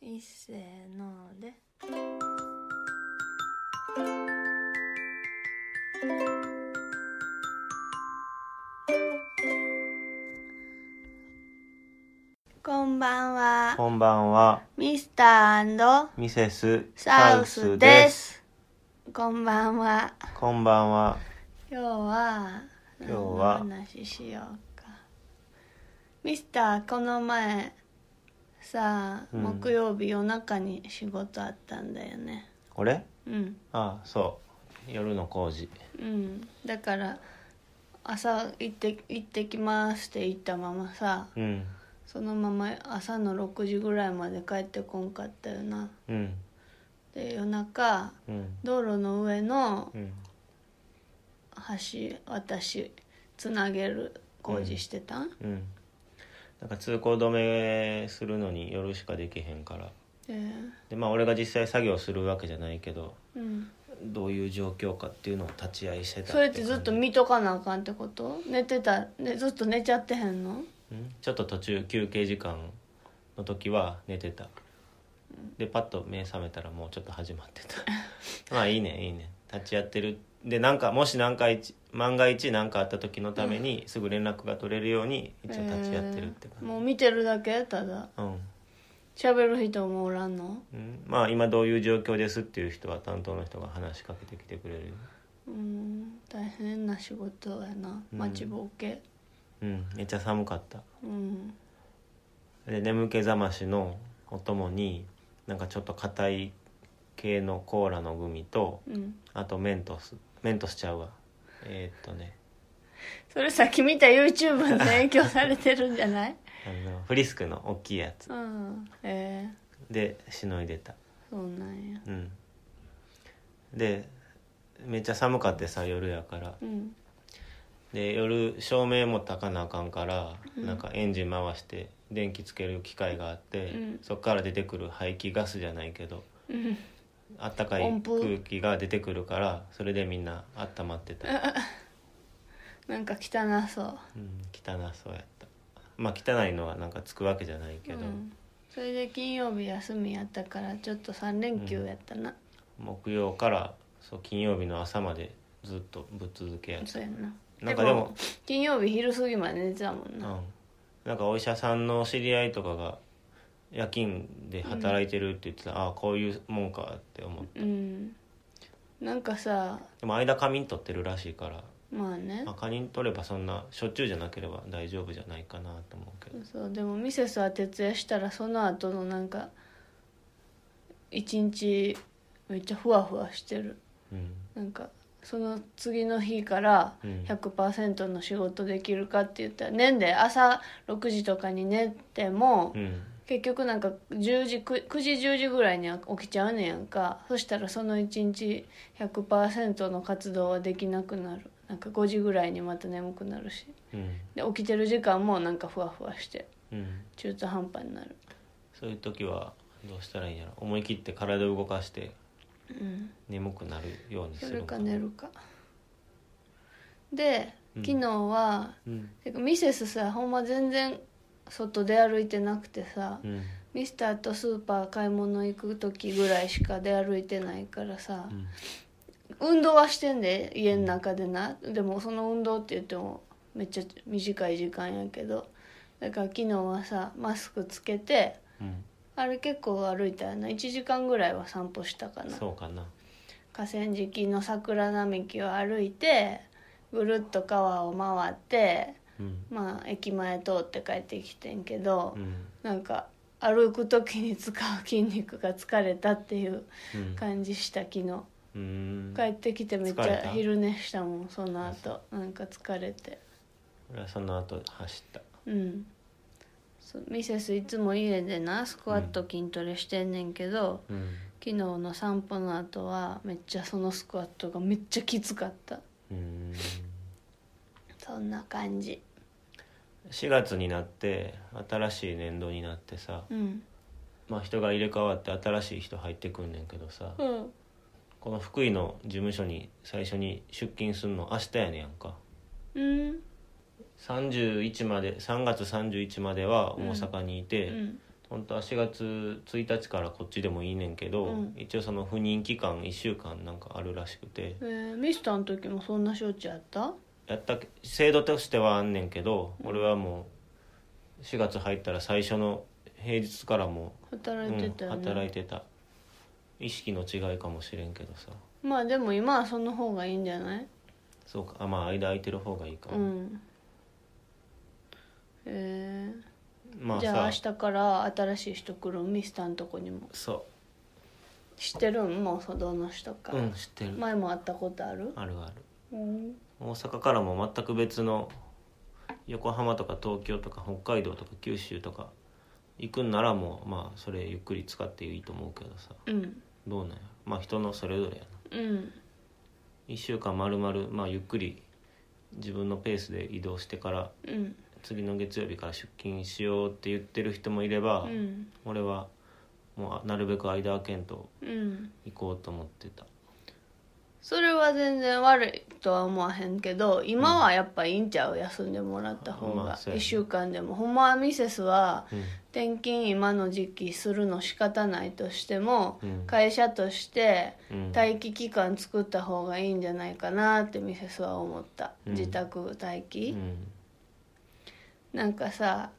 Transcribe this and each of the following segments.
いっせーのでこんばんはこんばんは、ミスターミセスサウスで。すこんばんはこんばんは。今日は今日は何の話しようかミスターこの前さあ、うん木曜日夜中に仕事あったんだよね俺うんああ、そう。夜の工事。うんだから朝行って行ってきますって言ったままさうん。そのまま朝の6時ぐらいまで帰ってこんかったよなうん。で夜中うん。道路の上のうん。橋私つなげる工事してたん、うん。なんか通行止めするのに夜しかできへんから。でで、まあ俺が実際作業するわけじゃないけど、うんどういう状況かっていうのを立ち会いしてたそれってずっと感見とかなあかんってこと寝てた、ね、ずっと寝ちゃってへんのじうんちょっと途中休憩時間の時は寝てた。で、パッと目覚めたらもうちょっと始まってた。まあいいねいいね立ち会ってるでなんかもし何か一万が一何かあった時のためにすぐ連絡が取れるように一応立ち会ってるっえてーも感う見てるだけただじ、うん喋る人もおらんのうん、まあ今どういう状況ですっていう人は担当の人が話しかけてきてくれるようん大変な仕事やなうん待ちぼうけうんめっちゃ寒かったうんで眠気覚ましのお供になんかちょっと硬い系のコーラのグミとうんあとメントスメントスちゃうわえーっとねそれさっき見た YouTube の影響されてるんじゃ ないあのフリスクの大きいやつうんええでしのいでたそうなんやうんでめっちゃ寒かってさ夜やからうんで夜照明もたかなあかんから、うんなんかエンジン回して電気つける機械があって、うんそっから出てくる排気ガスじゃないけどうんあったかい温風空気が出てくるからそれでみんな温まってた、なんか汚そううん、汚そうやったまあ汚いのはなんかつくわけじゃないけど、うん、それで金曜日休みやったからちょっと3連休やったな、木曜からそう金曜日の朝までずっとぶっ続けやったそうやななんかでも金曜日昼過ぎまで寝てたもんな、うん、なんかお医者さんの知り合いとかが夜勤で働いてるって言ってた、ああこういうもんかって思ううんなんかさでも間仮眠取ってるらしいから、まあねまあ、仮眠取ればそんなしょっちゅうじゃなければ大丈夫じゃないかなと思うけどそうでもミセスは徹夜したらその後のなんか一日めっちゃふわふわしてるうんなんかその次の日からうん100%の仕事できるかって言ったら年で朝6時とかに寝ても、うん結局なんか10時 9, 時10時ぐらいには起きちゃうねやんかそしたらその1日100%の活動はできなくなるなんか5時ぐらいにまた眠くなるしうんで起きてる時間もなんかふわふわしてうん中途半端になるそういう時はどうしたらいいんやろ思い切って体を動かしてうん眠くなるようにそすれるかな寝るかでうん昨日は、うんてかミセスさほんま全然外出歩いてなくてさ、うんミスターとスーパー買い物行く時ぐらいしか出歩いてないからさ、うん運動はしてんで家の中でな、でもその運動って言ってもめっちゃ短い時間やけどだから昨日はさマスクつけてうんあれ結構歩いたよな1時間ぐらいは散歩したかなそうかな河川敷の桜並木を歩いてぐるっと川を回ってうんまあ駅前通って帰ってきてんけど、うんなんか歩く時に使う筋肉が疲れたっていううん感じした昨日。うん帰ってきてめっち疲れゃた昼寝したもんその後なんか疲れて俺はその後走ったうんそうミセスいつも家でなスクワット筋トレしてんねんけど、うん昨日の散歩の後はめっちゃそのスクワットがめっちゃきつかったうんそんな感じ4月になって新しい年度になってさ、うんまあ、人が入れ替わって新しい人入ってくんねんけどさ、うんこの福井の事務所に最初に出勤すんの明日やねんかうん31まで3月31までは大阪にいて、うん本当は4月1日からこっちでもいいねんけど、うん一応その不妊期間1週間なんかあるらしくてえーミスターの時もそんな処置あったやったけ制度としてはあんねんけど、俺はもう4月入ったら最初の平日からもう、働いてたうんよね、働いてた意識の違いかもしれんけどさまあでも今はその方がいいんじゃないそうかあまあ間空いてる方がいいかうも、んえまあじゃあさ明日から新しい人来るミスターのとこにもそ知ってるんもうそどの人か、ううん知ってる、前も会ったことあるあるあるうん大阪からも全く別の横浜とか東京とか北海道とか九州とか行くんならもうまあそれゆっくり使っていいと思うけどさうん、どうなんやまあ人のそれぞれやなうん、 1週間まるまるまあゆっくり自分のペースで移動してからうん次の月曜日から出勤しようって言ってる人もいれば、うん俺はもうなるべく間空けんとうん行こうと思ってたそれは全然悪いとは思わへんけど今はやっぱいいんちゃう休んでもらった方まがあそうやね1週間でもほんまはミセスはうん転勤今の時期するの仕方ないとしてもうん会社としてうん待機期間作った方がいいんじゃないかなってミセスは思ったうん自宅待う機、んなんかさ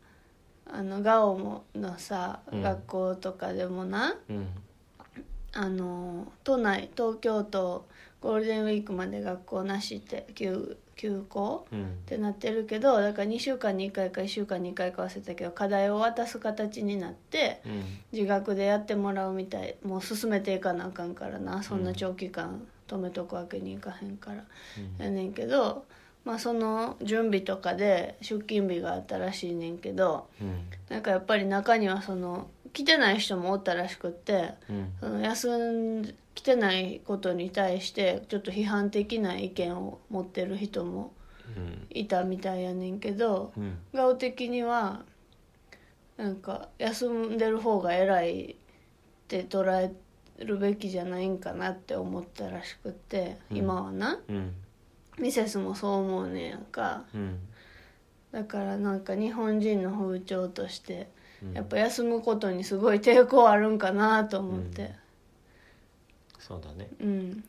あのガオものさうん学校とかでもな、うんあの都内東京都ゴールデンウィークまで学校なしって休休校うんってなってるけどだから2週間に1回か1週間に1回か忘れたけど課題を渡す形になってうん自学でやってもらうみたいもう進めていかなあかんからなそんな長期間止めとくわけにいかへんから、うんやねんけど、まあ、その準備とかで出勤日があったらしいねんけどうんなんかやっぱり中にはその来てない人もおったらしくって。うんその休ん来てないことに対してちょっと批判的な意見を持ってる人もうんいたみたいやねんけどうん顔的にはなんか休んでる方が偉いって捉えるべきじゃないんかなって思ったらしくって、うん今はなうんミセスもそう思うねんやんかうんだからなんか日本人の風潮としてうんやっぱ休むことにすごい抵抗あるんかなと思って。うんそうだねうん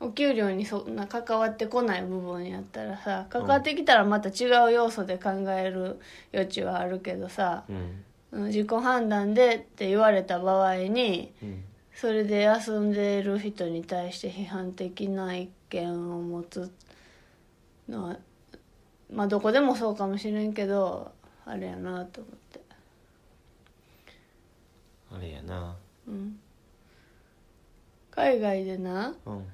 お給料にそんな関わってこない部分やったらさ関わってきたらまた違う要素で考える余地はあるけどさ、うんうん、自己判断でって言われた場合にうんそれで休んでいる人に対して批判的な意見を持つのはまあどこでもそうかもしれんけどあれやなと思って。あれやなうん、海外でなうん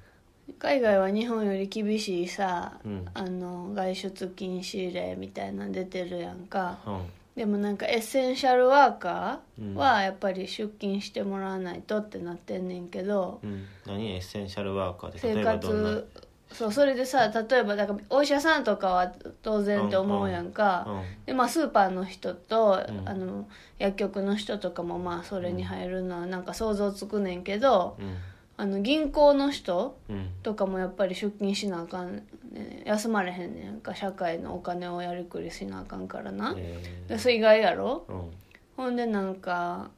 海外は日本より厳しいさ、うんあの外出禁止令みたいなの出てるやんかうんでもなんかエッセンシャルワーカうーんはやっぱり出勤してもらわないとってなってんねんけど、うん何エッセンシャルワーカーで例生えばどんな活そうそれでさ例えばだからお医者さんとかは当然って思うやんか、でまあ、スーパーの人と、うんあの薬局の人とかもまあそれに入るのはなんか想像つくねんけど、うんあの銀行の人うんうんとかもやっぱり出勤しなあかん、ね、休まれへんねんか社会のお金をやりくりしなあかんからな、えでそれ意外やろーうんほんでなんか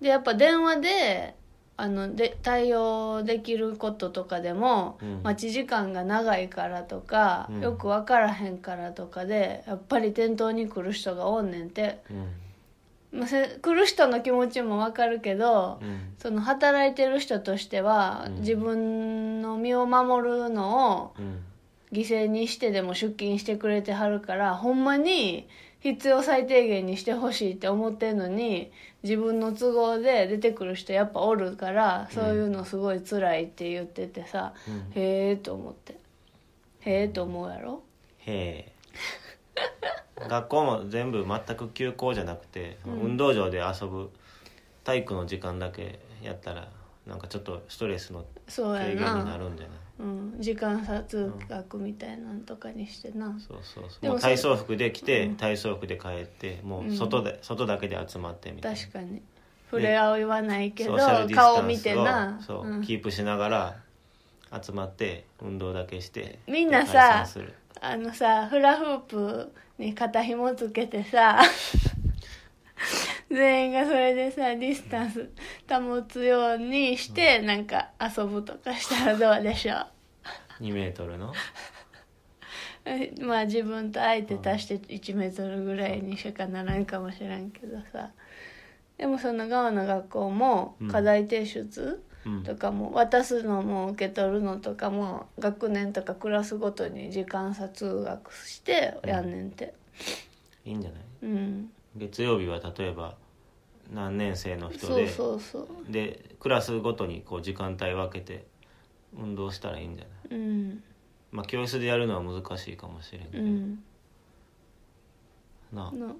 でやっぱ電話であので対応できることとかでも、うん待ち時間が長いからとか、うんよく分からへんからとかでやっぱり店頭に来る人がおんねんって、うんまあ、せ来る人の気持ちも分かるけど、うんその働いてる人としては、うん自分の身を守るのをうん犠牲にしてでも出勤してくれてはるからほんまに必要最低限にしてほしいって思ってんのに自分の都合で出てくる人やっぱおるからそういうのすごい辛いって言っててさ、うんへえと思ってへえと思うやろへ え学校も全部全く休校じゃなくて、運動場で遊ぶ体育の時間だけやったらなんかちょっとストレスのそうや軽減にななるんじゃないうん、時間差通学みたいなんとかにしてな、そうそうそうでももうそ体操服で来て、体操服で帰ってもう外で、外だけで集まってみたいな確かに触れ合いはないけど、ソーシャルディスタンスを顔見てなそう、うんキープしながら集まって運動だけしてみんなさで解散するあの さフラフープに肩紐つけてさ全員がそれでさディスタンス保つようにして、なんか遊ぶとかしたらどうでしょう 2メートルのえまあ自分と相手足して1メートルぐらいにしかならんかもしらんけどさでもその側の学校もうん課題提出うんとかも渡すのも受け取るのとかも学年とかクラスごとに時間差通学してやんねんていいんじゃないうん月曜日は例えば何年生の人そうでそうそうでクラスごとにこう時間帯分けて運動したらいいんじゃないうんまあ教室でやるのは難しいかもしれんけうど、んなあの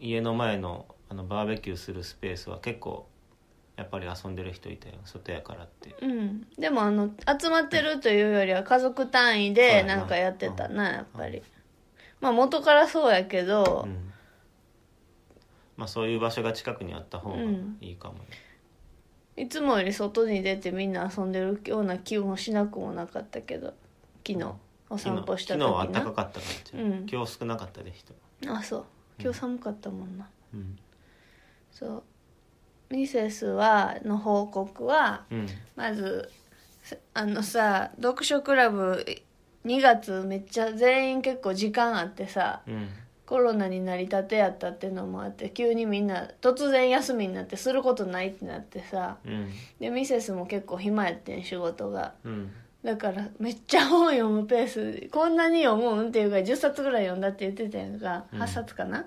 家の前のあのバーベキューするスペースは結構やっぱり遊んでる人いたよ外やからってうんでもあの集まってるというよりは家族単位そうでやななんかやってたなやっぱりまあ元からそうやけど、うんまあそういう場所が近くにあった方がいいかもね、いつもより外に出てみんな遊んでるような気もしなくもなかったけど昨日お昨散日歩した時昨日はな暖かかったからじゃあうん今日少なかったで人、あそう今日寒かったもんな、うんそうミセスはの報告はうん、まずさあのさ読書クラブ2月めっちゃ全員結構時間あってさうん、コロナになりたてやったってのもあって急にみんな突然休みになってすることないってなってさうん、でミセスも結構暇やってん仕事がうん、だからめっちゃ本読むペースこんなに読むんっていうぐらい10冊ぐらい読んだって言ってたやんか、うん8冊かな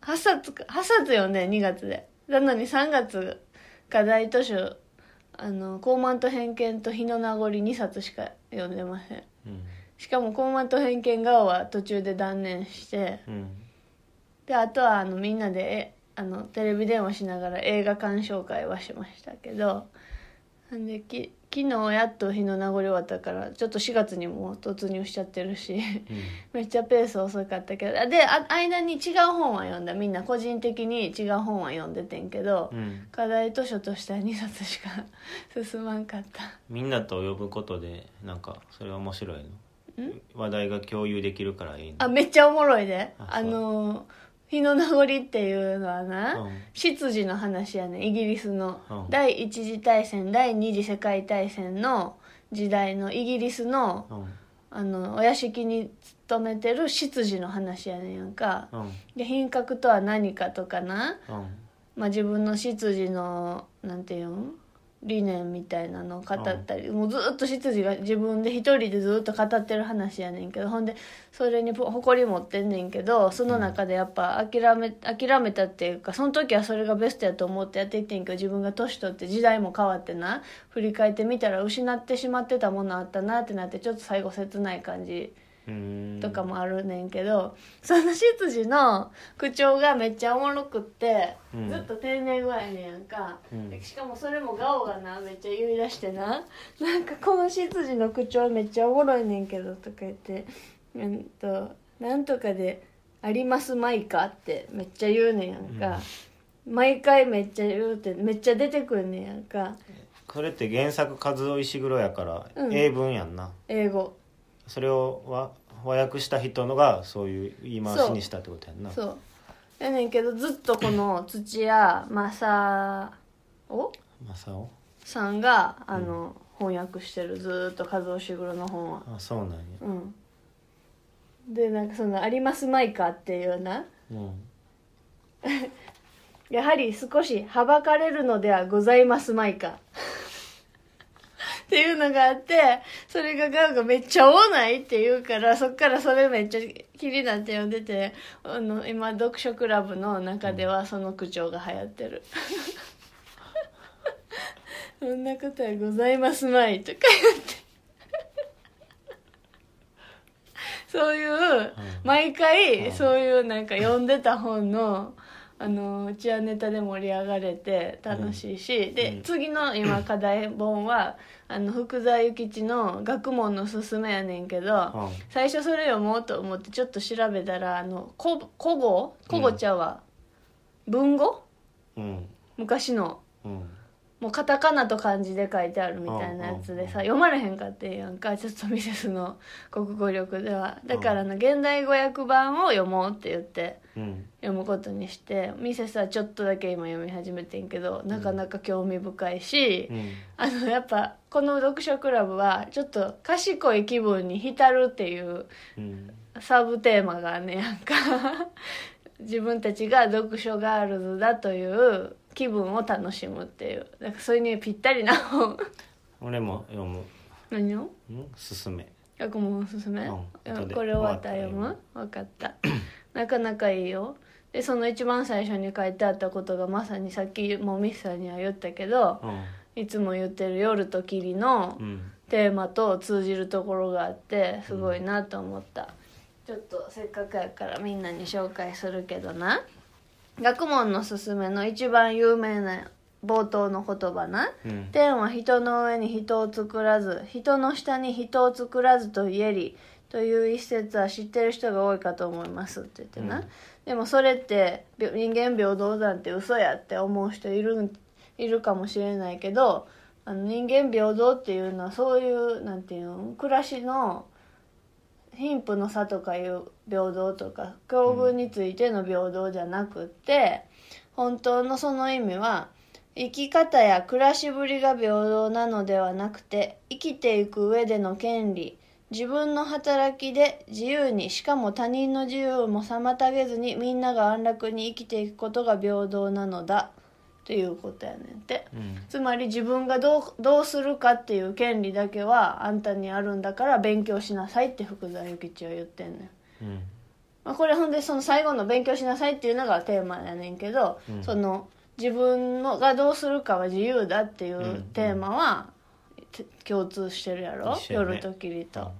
8冊か8冊読んだよ2月でなのに3月課題図書「あの高慢と偏見」と「日の名残」2冊しか読んでませんうん、しかも高慢と偏見側は途中で断念してうん、であとはあのみんなでえあのテレビ電話しながら映画鑑賞会はしましたけどなんでき昨日やっと日の名残終わったからちょっと4月にもう突入しちゃってるし うん、めっちゃペース遅かったけどあであ間に違う本は読んだみんな個人的に違う本は読んでてんけど、うん、課題図書としては2冊しか 進まんかったみんなと呼ぶことでなんかそれは面白いのん話題が共有できるからいいのあめっちゃおもろいでああそうの日の名残っていうのはな、うん執事の話やねイギリスの、うん第一次大戦第二次世界大戦の時代のイギリスのうんあのお屋敷に勤めてる執事の話やねんやんか。うんで品格とは何かとかな、うんまあ、自分の執事のなんていうん理念みたいなのを語ったり、もうずっと執事が自分で一人でずっと語ってる話やねんけどほんでそれにぽ誇り持ってんねんけどその中でやっぱ諦め諦めたっていうかその時はそれがベストやと思ってやってきてんけど自分が年取って時代も変わってな振り返ってみたら失ってしまってたものあったなってなってちょっと最後切ない感じうーんとかもあるねんけど、その執事の口調がめっちゃおもろくって、うんずっと丁寧具合ねんやんか、うんしかもそれもガオがなめっちゃ言い出してななんかこの執事の口調めっちゃおもろいねんけどとか言ってうんとなんとかでありますまいかってめっちゃ言うねんやんか、毎回めっちゃ言うてめっちゃ出てくんねんやんかそれって原作和尾石黒やからうん英文やんな、英語それをわ和訳した人のがそういう言い回しにしたってことやんなそうやねんけどずっとこの土屋正おマサオさんがあの、翻訳してるずーっと和夫石黒の本はあそうなんやうんでなんかその「ありますまいか」っていうなうんやはり少しはばかれるのではございますまいかっていうのがあってそれがガウがめっちゃ多ないって言うからそっからそれめっちゃ気になって読んでてあの今読書クラブの中ではその口調が流行ってるそんなことはございますまいとか言ってそういう毎回そういうなんか読んでた本のあのうちはネタで盛り上がれて楽しいし、で、うん次の今課題本 はあの福沢諭吉の「学問のすすめ」やねんけど、うん最初それ読もうと思ってちょっと調べたらあの古古語古語ちゃうわ、文語うん昔のうんもうカタカナと漢字で書いてあるみたいなやつでさ読まれへんかってんやんかちょっとミセスの国語力ではだからあの現代語訳版を読もうって言ってうん読むことにしてミセスはちょっとだけ今読み始めてんけどなかなか興味深いし、うんあのやっぱこの読書クラブはちょっと賢い気分に浸るっていううんサブテーマがねなんか 自分たちが読書ガールズだという気分を楽しむっていうなんかそれにぴったりな本俺も読む何をうん勧め学問おすすめ、うんうん後でこれ終わったら読む終わ分かった なかなかいいよでその一番最初に書いてあったことがまさにさっきもミスさんには言ったけどうんいつも言ってる「夜と霧」のうんテーマと通じるところがあってすごいなと思った、ちょっとせっかくやからみんなに紹介するけどな学問のすすめの一番有名な冒頭の言葉なうん天は人の上に人を作らず人の下に人を作らずと言えりという一節は知ってる人が多いかと思いますって言ってな、うんでもそれってびょ人間平等なんて嘘やって思う人いるんいるかもしれないけどあの人間平等っていうのはそういうなんていうの暮らしの貧富の差とかいう平等とか境遇についての平等じゃなくって、本当のその意味は生き方や暮らしぶりが平等なのではなくて生きていく上での権利自分の働きで自由にしかも他人の自由も妨げずにみんなが安楽に生きていくことが平等なのだということやねんて。うんつまり自分がどうどうするかっていう権利だけはあんたにあるんだから勉強しなさいって福沢諭吉は言ってんねん、うんまあ、これほんでその最後の「勉強しなさい」っていうのがテーマやねんけど、うんその自分のがどうするかは自由だっていんううんテーマは、て共通してるやろ一緒やね夜と霧と、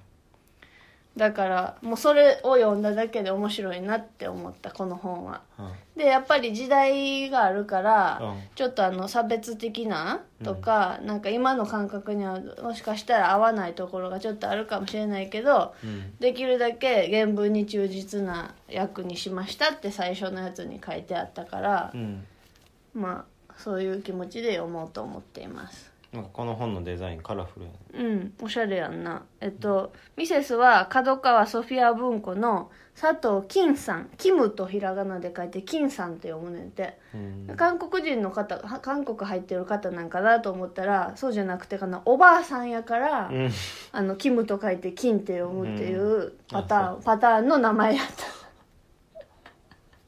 だからもうそれを読んだだけで面白いなって思ったこの本は。うんでやっぱり時代があるから、うんちょっとあの差別的なとか、なんか今の感覚にはもしかしたら合わないところがちょっとあるかもしれないけどうんできるだけ原文に忠実な役にしましたって最初のやつに書いてあったからう、んまあそういう気持ちで読もうと思っています。なんかこの本のデザインカラフルやねうん、おしゃれやんな。えっと、ミセスは角川ソフィア文庫の佐藤金さん、キムとひらがなで書いて金さんって読むねんて。うん韓国人の方は韓国入ってる方なんかなと思ったらそうじゃなくてかなおばあさんやから、うんあのキムと書いて金って読むっていうパターン、あパターンの名前やった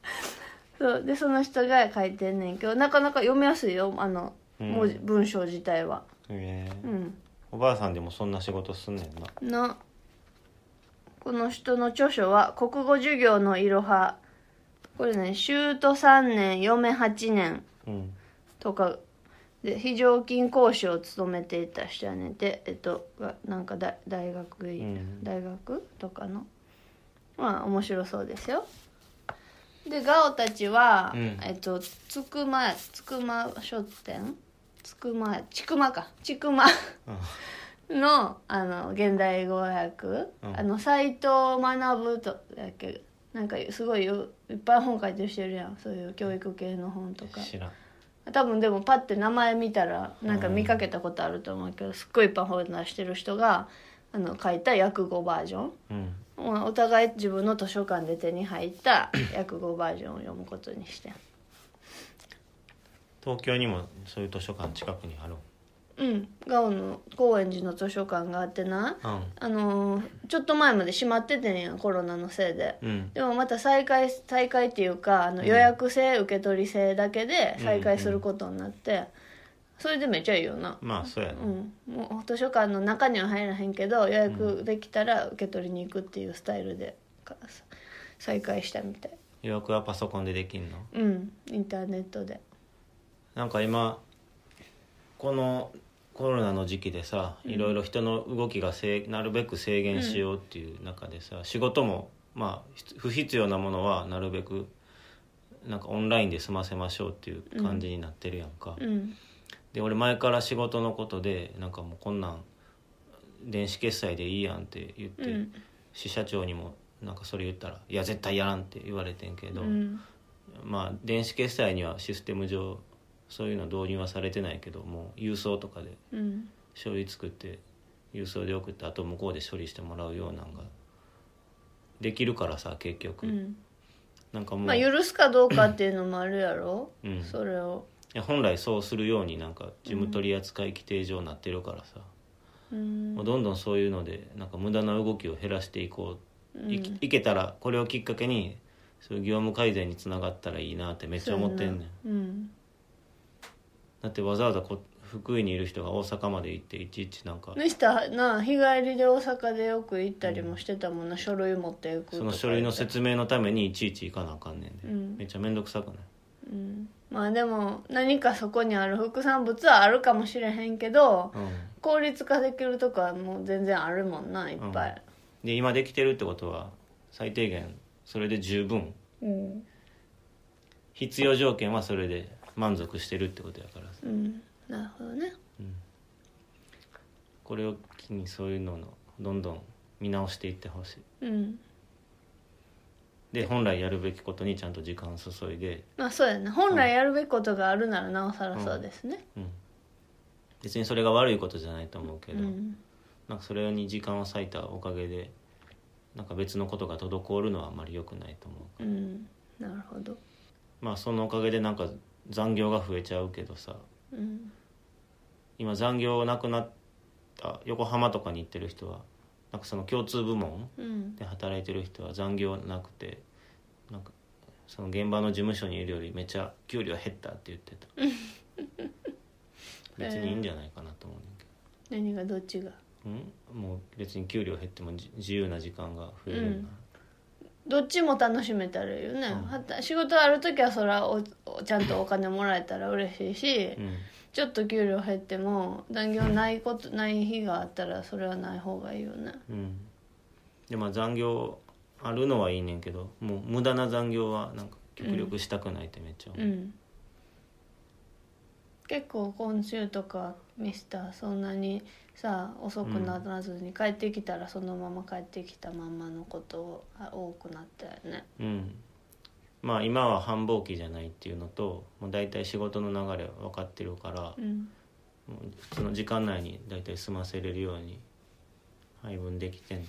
そうでその人が書いてんねんけどなかなか読みやすいよあの、うん文字文章自体はえうーんおばあさんでもそんな仕事すんねんななこの人の著書は「国語授業のいろは」これね「舅3年嫁8年」うんとかで非常勤講師を務めていた人やねんてえっとがなんかだ大学院、うん大学とかのまあ面白そうですよでガオたちは、うんえっとつくまつくま書店つくまちくまかちくま のあの現代語訳、うんあの斎藤学とだっけなんかすごいよいっぱい本書いてる人いるやんそういう教育系の本とか知らん多分でもパッて名前見たらなんか見かけたことあると思うけど、すっごいパフォーマンスしてる人があの書いた訳語バージョンうんまあお互い自分の図書館で手に入 った訳語バージョンを読むことにして東京にもそういう図書館近くにあるうんガオの高円寺の図書館があってなうんあのーちょっと前まで閉まっててんやコロナのせいで。うんでもまた再開再開っていうかあのうん予約制、受け取り制だけで再開することになって、それでめっちゃいいよなまあそうやねうん、もう図書館の中には入らへんけど予約できたら受け取りに行くっていうスタイルでか再開したみたい予約はパソコンでできんのうんインターネットでなんか今このコロナの時期でさいろいろ人の動きがせいなるべく制限しようっていう中でさ、仕事もまあひつ不必要なものはなるべくなんかオンラインで済ませましょうっていう感じになってるやんか、うんで俺前から仕事のことでなんかもうこんなん電子決済でいいやんって言って、うん支社長にもなんかそれ言ったら「いや絶対やらん」って言われてんけうど、んまあ電子決済にはシステム上そういうの導入はされてないけどもう郵送とかでうん書類作って郵送で送ってあと向こうで処理してもらうようなんができるからさ結う局、んなんかもう、まあい許すかどうかっていうのもあるやろ、うんそれをや本来そうするようになんか事務取扱規定上なってるからさ、うんもうどんどんそういうのでなんか無駄な動きを減らしていこう、いきいけたらこれをきっかけにそういう業務改善につながったらいいなってめっちゃ思ってんねんうんだってわざわざこ福井にいる人が大阪まで行っていちいちなんかでしたな日帰りで大阪でよく行ったりもしてたもんな、書類持っていくとかその書類の説明のためにいちいち行かなあかんねんで、うんめっちゃ面倒くさくないうんまあでも何かそこにある副産物はあるかもしれへんけどうん効率化できるとこはもう全然あるもんないっぱい、で今できてるってことは最低限それで十分うん必要条件はそれで満足してるってことやからうん、なるほどねこれを機にそういうののどんどん見直していってほしいうんで本来やるべきことにちゃんと時間を注いで、まあそうやな本来やるべきことがあるならなおさらそうですねうん、別にそれが悪いことじゃないと思うけうど、ん、なんかそれに時間を割いたおかげでなんか別のことが滞るのはあまり良くないと思ううん、なるほど、まあそのおかげでなんか残業が増えちゃうけどさうん、今残業なくなった横浜とかに行ってる人はなんかその共通部門うんで働いてる人は残業なくてなんかその現場の事務所にいるよりめちゃ給料減ったって言 ってた別にいいんじゃないかなと思うねん何けがどっちがど、うん、もう別に給料減ってもじ自由な時間が増えるんだ、どっちも楽しめたらいいよね、はた仕事ある時はそらおおちゃんとお金もらえたら嬉しいし、うんちょっと給料減っても残業ないことない日があったらそれはない方がいいよねうんでまあ残業あるのはいいねんけどもう無駄な残業はなんか極力したくないってめっちゃ思う、うん結構今週とかミスターそんなにさ遅くならずに帰ってきたらそのまま帰ってきたまんまのことが多くなったよねうん、まあ今は繁忙期じゃないっていうのともう大体仕事の流れ分かってるからうんもう普通の時間内に大体済ませれるように配分できてんの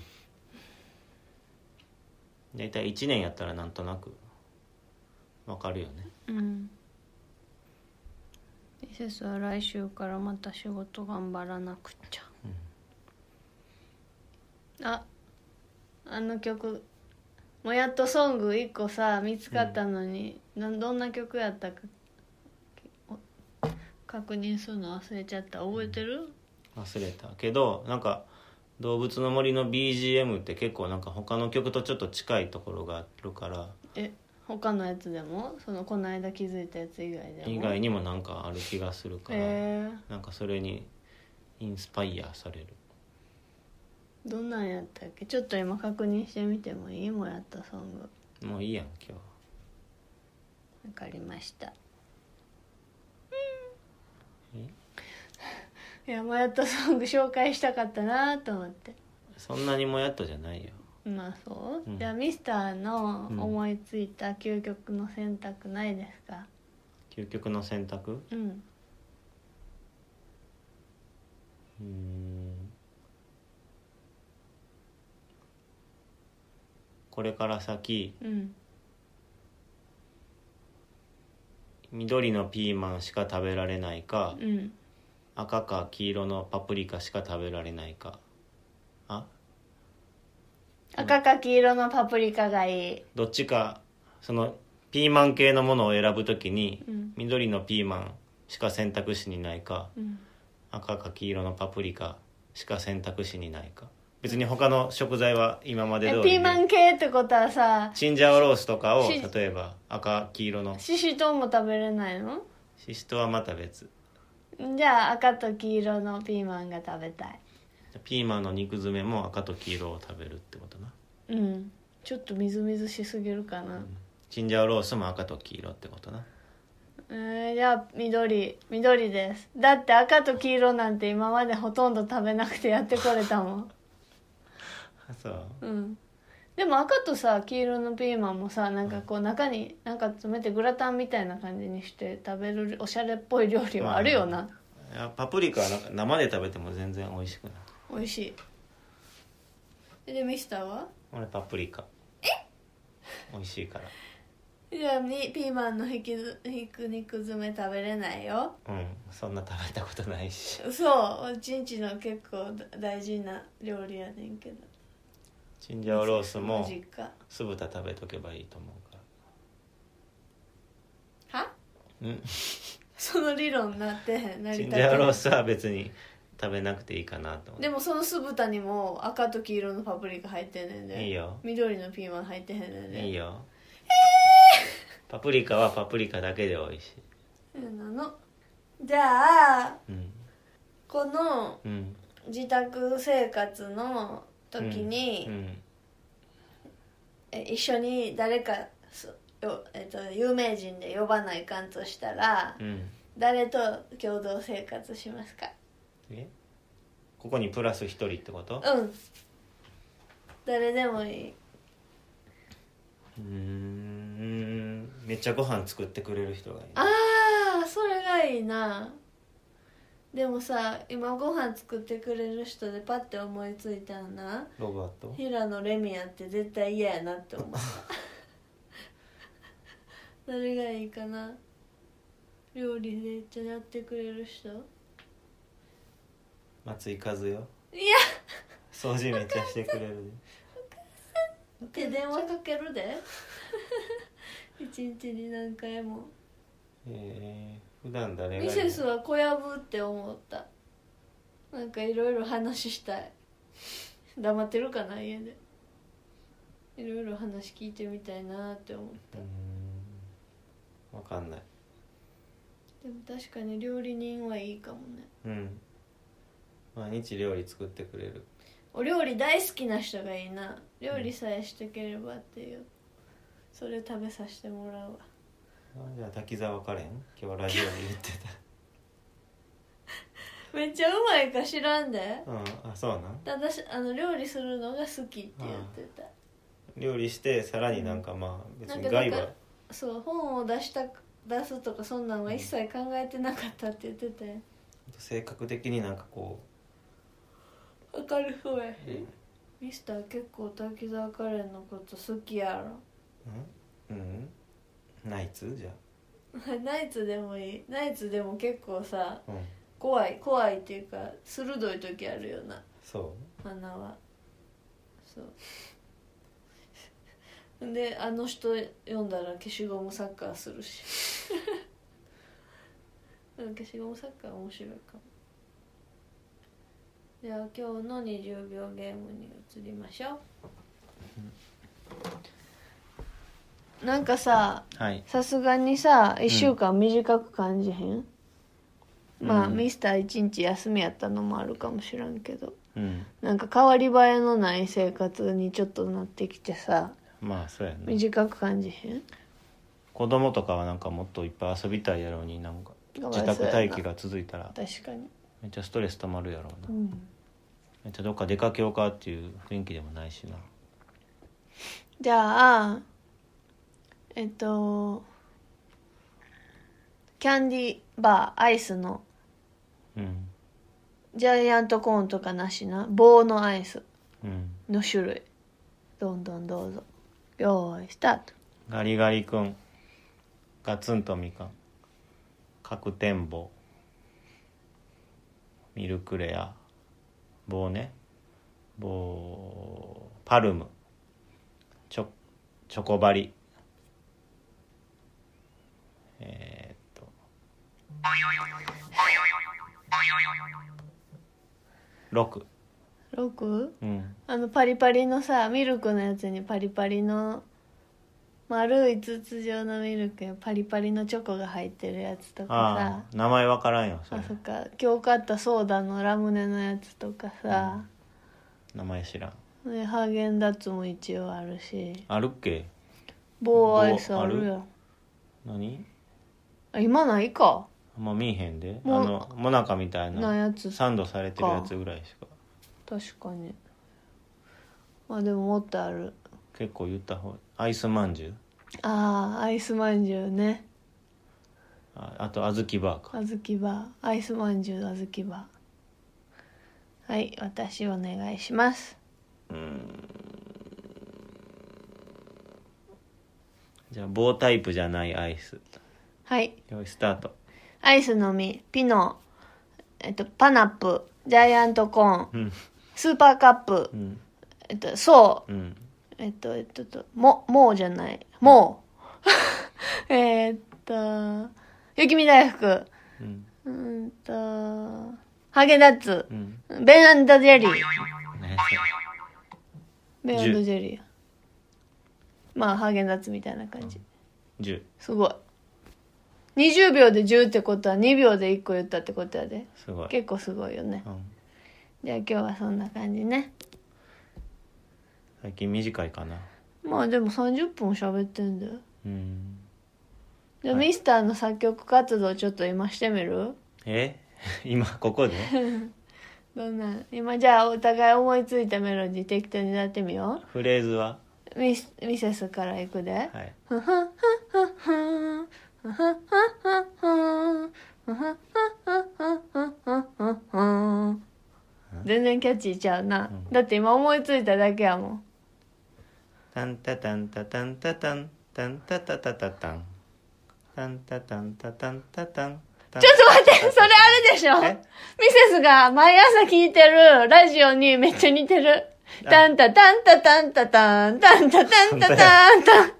大体1年やったらなんとなく分かるよねうんミセスは来週からまた仕事頑張らなくっちゃ、ああの曲もやっとソング1個さ見つかったのに、なんどんな曲やったかお確認するの忘れちゃった覚えてる、忘れたけどなんか「動物の森」の BGM って結構なんか他の曲とちょっと近いところがあるからえ他のやつでもそのこの間気づいたやつ以外でも以外にもなんかある気がするから、へえなんかそれにインスパイアされるどんなんやったっけちょっと今確認してみてもいいもやったソングもういいやん今わかりました。いや、もやっとソング紹介したかったなと思って。日そんなにもやっとじゃないよまあ、そう、うんじゃあ、ミスターのうん思いついた究極の選択ないですか。究極の選択うん。うーんこれから先うん。緑のピーマンしか食べられないかうん。赤か黄色のパプリカしか食べられないかあ赤か黄色のパプリカがいい。どっちかそのピーマン系のものを選ぶときにうん。緑のピーマンしか選択肢にないかうん。赤か黄色のパプリカしか選択肢にないか別に他の食材は今までえ通りでピーマン系ってことはさ。チンジャオロースとかをし例えば赤黄色のシシトウも食べれないの。シシトはまた別じゃあ、赤と黄色のピーマンが食べたい。ピーマンの肉詰めも赤と黄色を食べるってことなうん。ちょっとみずみずしすぎるかな。チンジャオロースも赤と黄色ってことなえー、じゃあ緑緑ですだって赤と黄色なんて今までほとんど食べなくてやってこれたもんあそう うんでも赤とさ黄色のピーマンもさなんかこう中になんか詰めてグラタンみたいな感じにして食べるおしゃれっぽい料理はあるよな、いやパプリカはなんか生で食べても全然美味しくない美味しいえでミスターは俺パプリカ美味しいかじゃあにピーマンのひきずひく肉詰め食べれないよらうんそんな食べたことない しそう一日の結構大事な料理やねんけどチンジャオロースも実家酢豚食べとけばいいと思うかはらうんその理論なってへん成りチ立ンっジてャなオいロースは別に食べなくていいかなと思ってでもその酢豚にも赤と黄色のパプリカ入ってんねんでいいよ緑のピーマン入ってへんねんでいいよパプリカはパプリカだけで美味しいそうなのじゃあうんこのうん自宅生活の時に、うんえ一緒に誰かすよ、えっと有名人で呼ばないかんとしたらうん誰と共同生活しますかえここにプラス一人ってことうん誰でもいいうーんめっちゃご飯作ってくれる人がいいああそれがいいなでもさ今ご飯作ってくれる人でパッて思いついたんなロバート平野レミやって絶対嫌やなって 思った誰がいいかな料理めっちゃやってくれる人松井和代いや掃除めっちゃしてくれるって電話かける で一日に何回もえー、普段誰がミいいセスは小籔って思ったなんかいろいろ話したい黙ってるかな家でいろいろ話聞いてみたいなって思っうたーんわかんないでも確かに料理人はいいかもねうん毎日料理作ってくれるお料理大好きな人がいいな料理さえしてければっていうそれ食べさせてもらうわあじゃあ滝沢カレン今日ラジオで言ってめっちゃうまいか知らんで たうんあそうなんただしあの料理するのが好きって言ってた料理してさらになんかまあ別なんにか害なんはかそう本を出した出すとかそんなんは一切考えてなかったって言ってて性格的になんかこ明るそうやしう、うんミスター結構滝沢カレンのこと好きやろ うん、ナイツじゃナイツでもいいナイツでも結構さあうん怖い怖いっていうか鋭い時あるよなそ花はそう であの人読んだら消しゴムサッカーするし うん消しゴムサッカー面白いかもじゃあ今日の20秒ゲームに移りましょうなんかさうはいさすがにさ1週間短く感じへん、まあ、うんミスター1日休みやったのもあるかもしらんけどうんなんか変わり映えのない生活にちょっとなってきてさまあそうやね短く感じへん子供とかはなんかもっといっぱい遊びたいやろうになんかかわいそう自やな宅待機が続いたら確かに、めっちゃストレス溜まるやろう、うなんめっちゃどっか出かけようかっていう雰囲気でもないしなじゃあえっとキャンディーバーアイスのうんジャイアントコーンとかなしな棒のアイスうんの種類どんどんどうぞ用意スタートガリガリ君ガツンとみかん角天棒ミルクレア棒ね棒パルムチョチョコバリえー、っと六6うんあのパリパリのさミルクのやつにパリパリの丸い筒状のミルクやパリパリのチョコが入ってるやつとあかあ名前わからんよそさあれそっか今日買ったソーダのラムネのやつとかさ、名前知らんでハーゲンダッツも一応あるしあるっけ棒アイスある棒やん何あ今ないかあんま見えへんであもうのモナカみたいななやつサンドされてるやつぐらいしか確かにまあでももっとある結構言った方アイスまんじゅうああアイスまんじゅうねああと小豆バーかあずきバーアイスまんじゅうあずきバーはい私お願いしますじゃあ棒タイプじゃないアイスはいよいスタートアイスの実ピノえっとパナップジャイアントコーンうんスーパーカップうんえっとそううんえっとえっとえっとももうじゃないもう えーっと雪見大福うんうーんとハーゲンダッツうんベンジェリー何それベンジェリーまあハーゲンダッツみたいな感じ10すごい20秒で10ってことは2秒で1個言ったってことやですごい、結構すごいよねうん、じゃあ今日はそんな感じね最近短いかなまあでも30分喋ってんだようんじゃあ、はいミスターの作曲活動ちょっと今してみるえ 今ここでどんなん今じゃあお互い思いついたメロディー適当にやってみよフレーズはうミスミセスからいくで、はい 全然キャッチーちゃうな、だって今思いついただけやもんタンタタンタタンタタンタンタタタタタンタンタタンタタンタタンちょっちょっと待ってそれあれでしょえミセスが毎朝聞いてるラジオにめっちゃ似てるタンタタンタタンタタンタンタタンタタンタン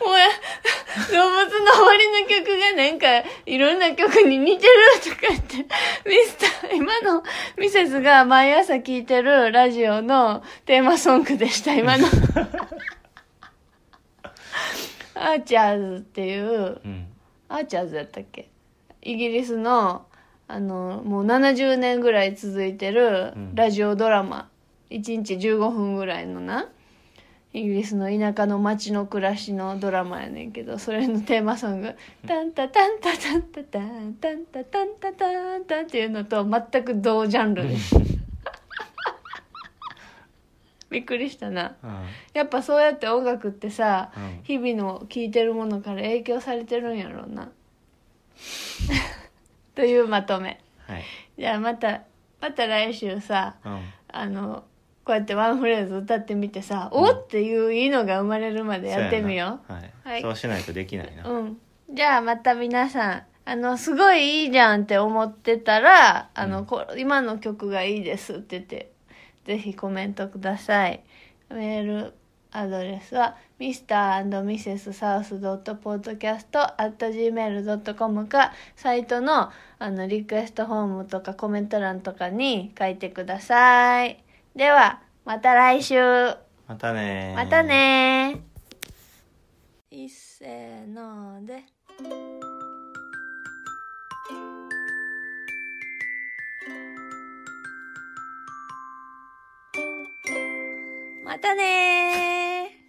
もう動物の森の曲がなんかいろんな曲に似てるとか言ってミスター今のミセスが毎朝聞いてるラジオのテーマソングでした今のアーチャーズっていううんアーチャーズやったっけイギリスのあのもう70年ぐらい続いてるうんラジオドラマ、1日15分ぐらいのなイギリスの田舎の町の暮らしのドラマやねんけどそれのテーマソング「タンタタンタタンタタンタンタタンタタンタン」っていうのと全く同ジャンルです。びっくりしたな。うんやっぱそうやって音楽ってさ、うん日々の聴いてるものから影響されてるんやろうな というまとめはいじゃあまたまた来週さうんあのこうやってワンフレーズ歌ってみてさ、おっていういいのが生まれるまでやってみよそうやなははいいそうしないとできないなううんじゃあまた皆さんあのすごいいいじゃんって思ってたらあの、うんこ今の曲がいいですって言ってぜひコメントくださいメールアドレスは mr.mrs.south.podcast.gmail.com かサイトのあのリクエストフォームとかコメント欄とかに書いてくださいではまた来週またねーまたねいっせーのでまたねー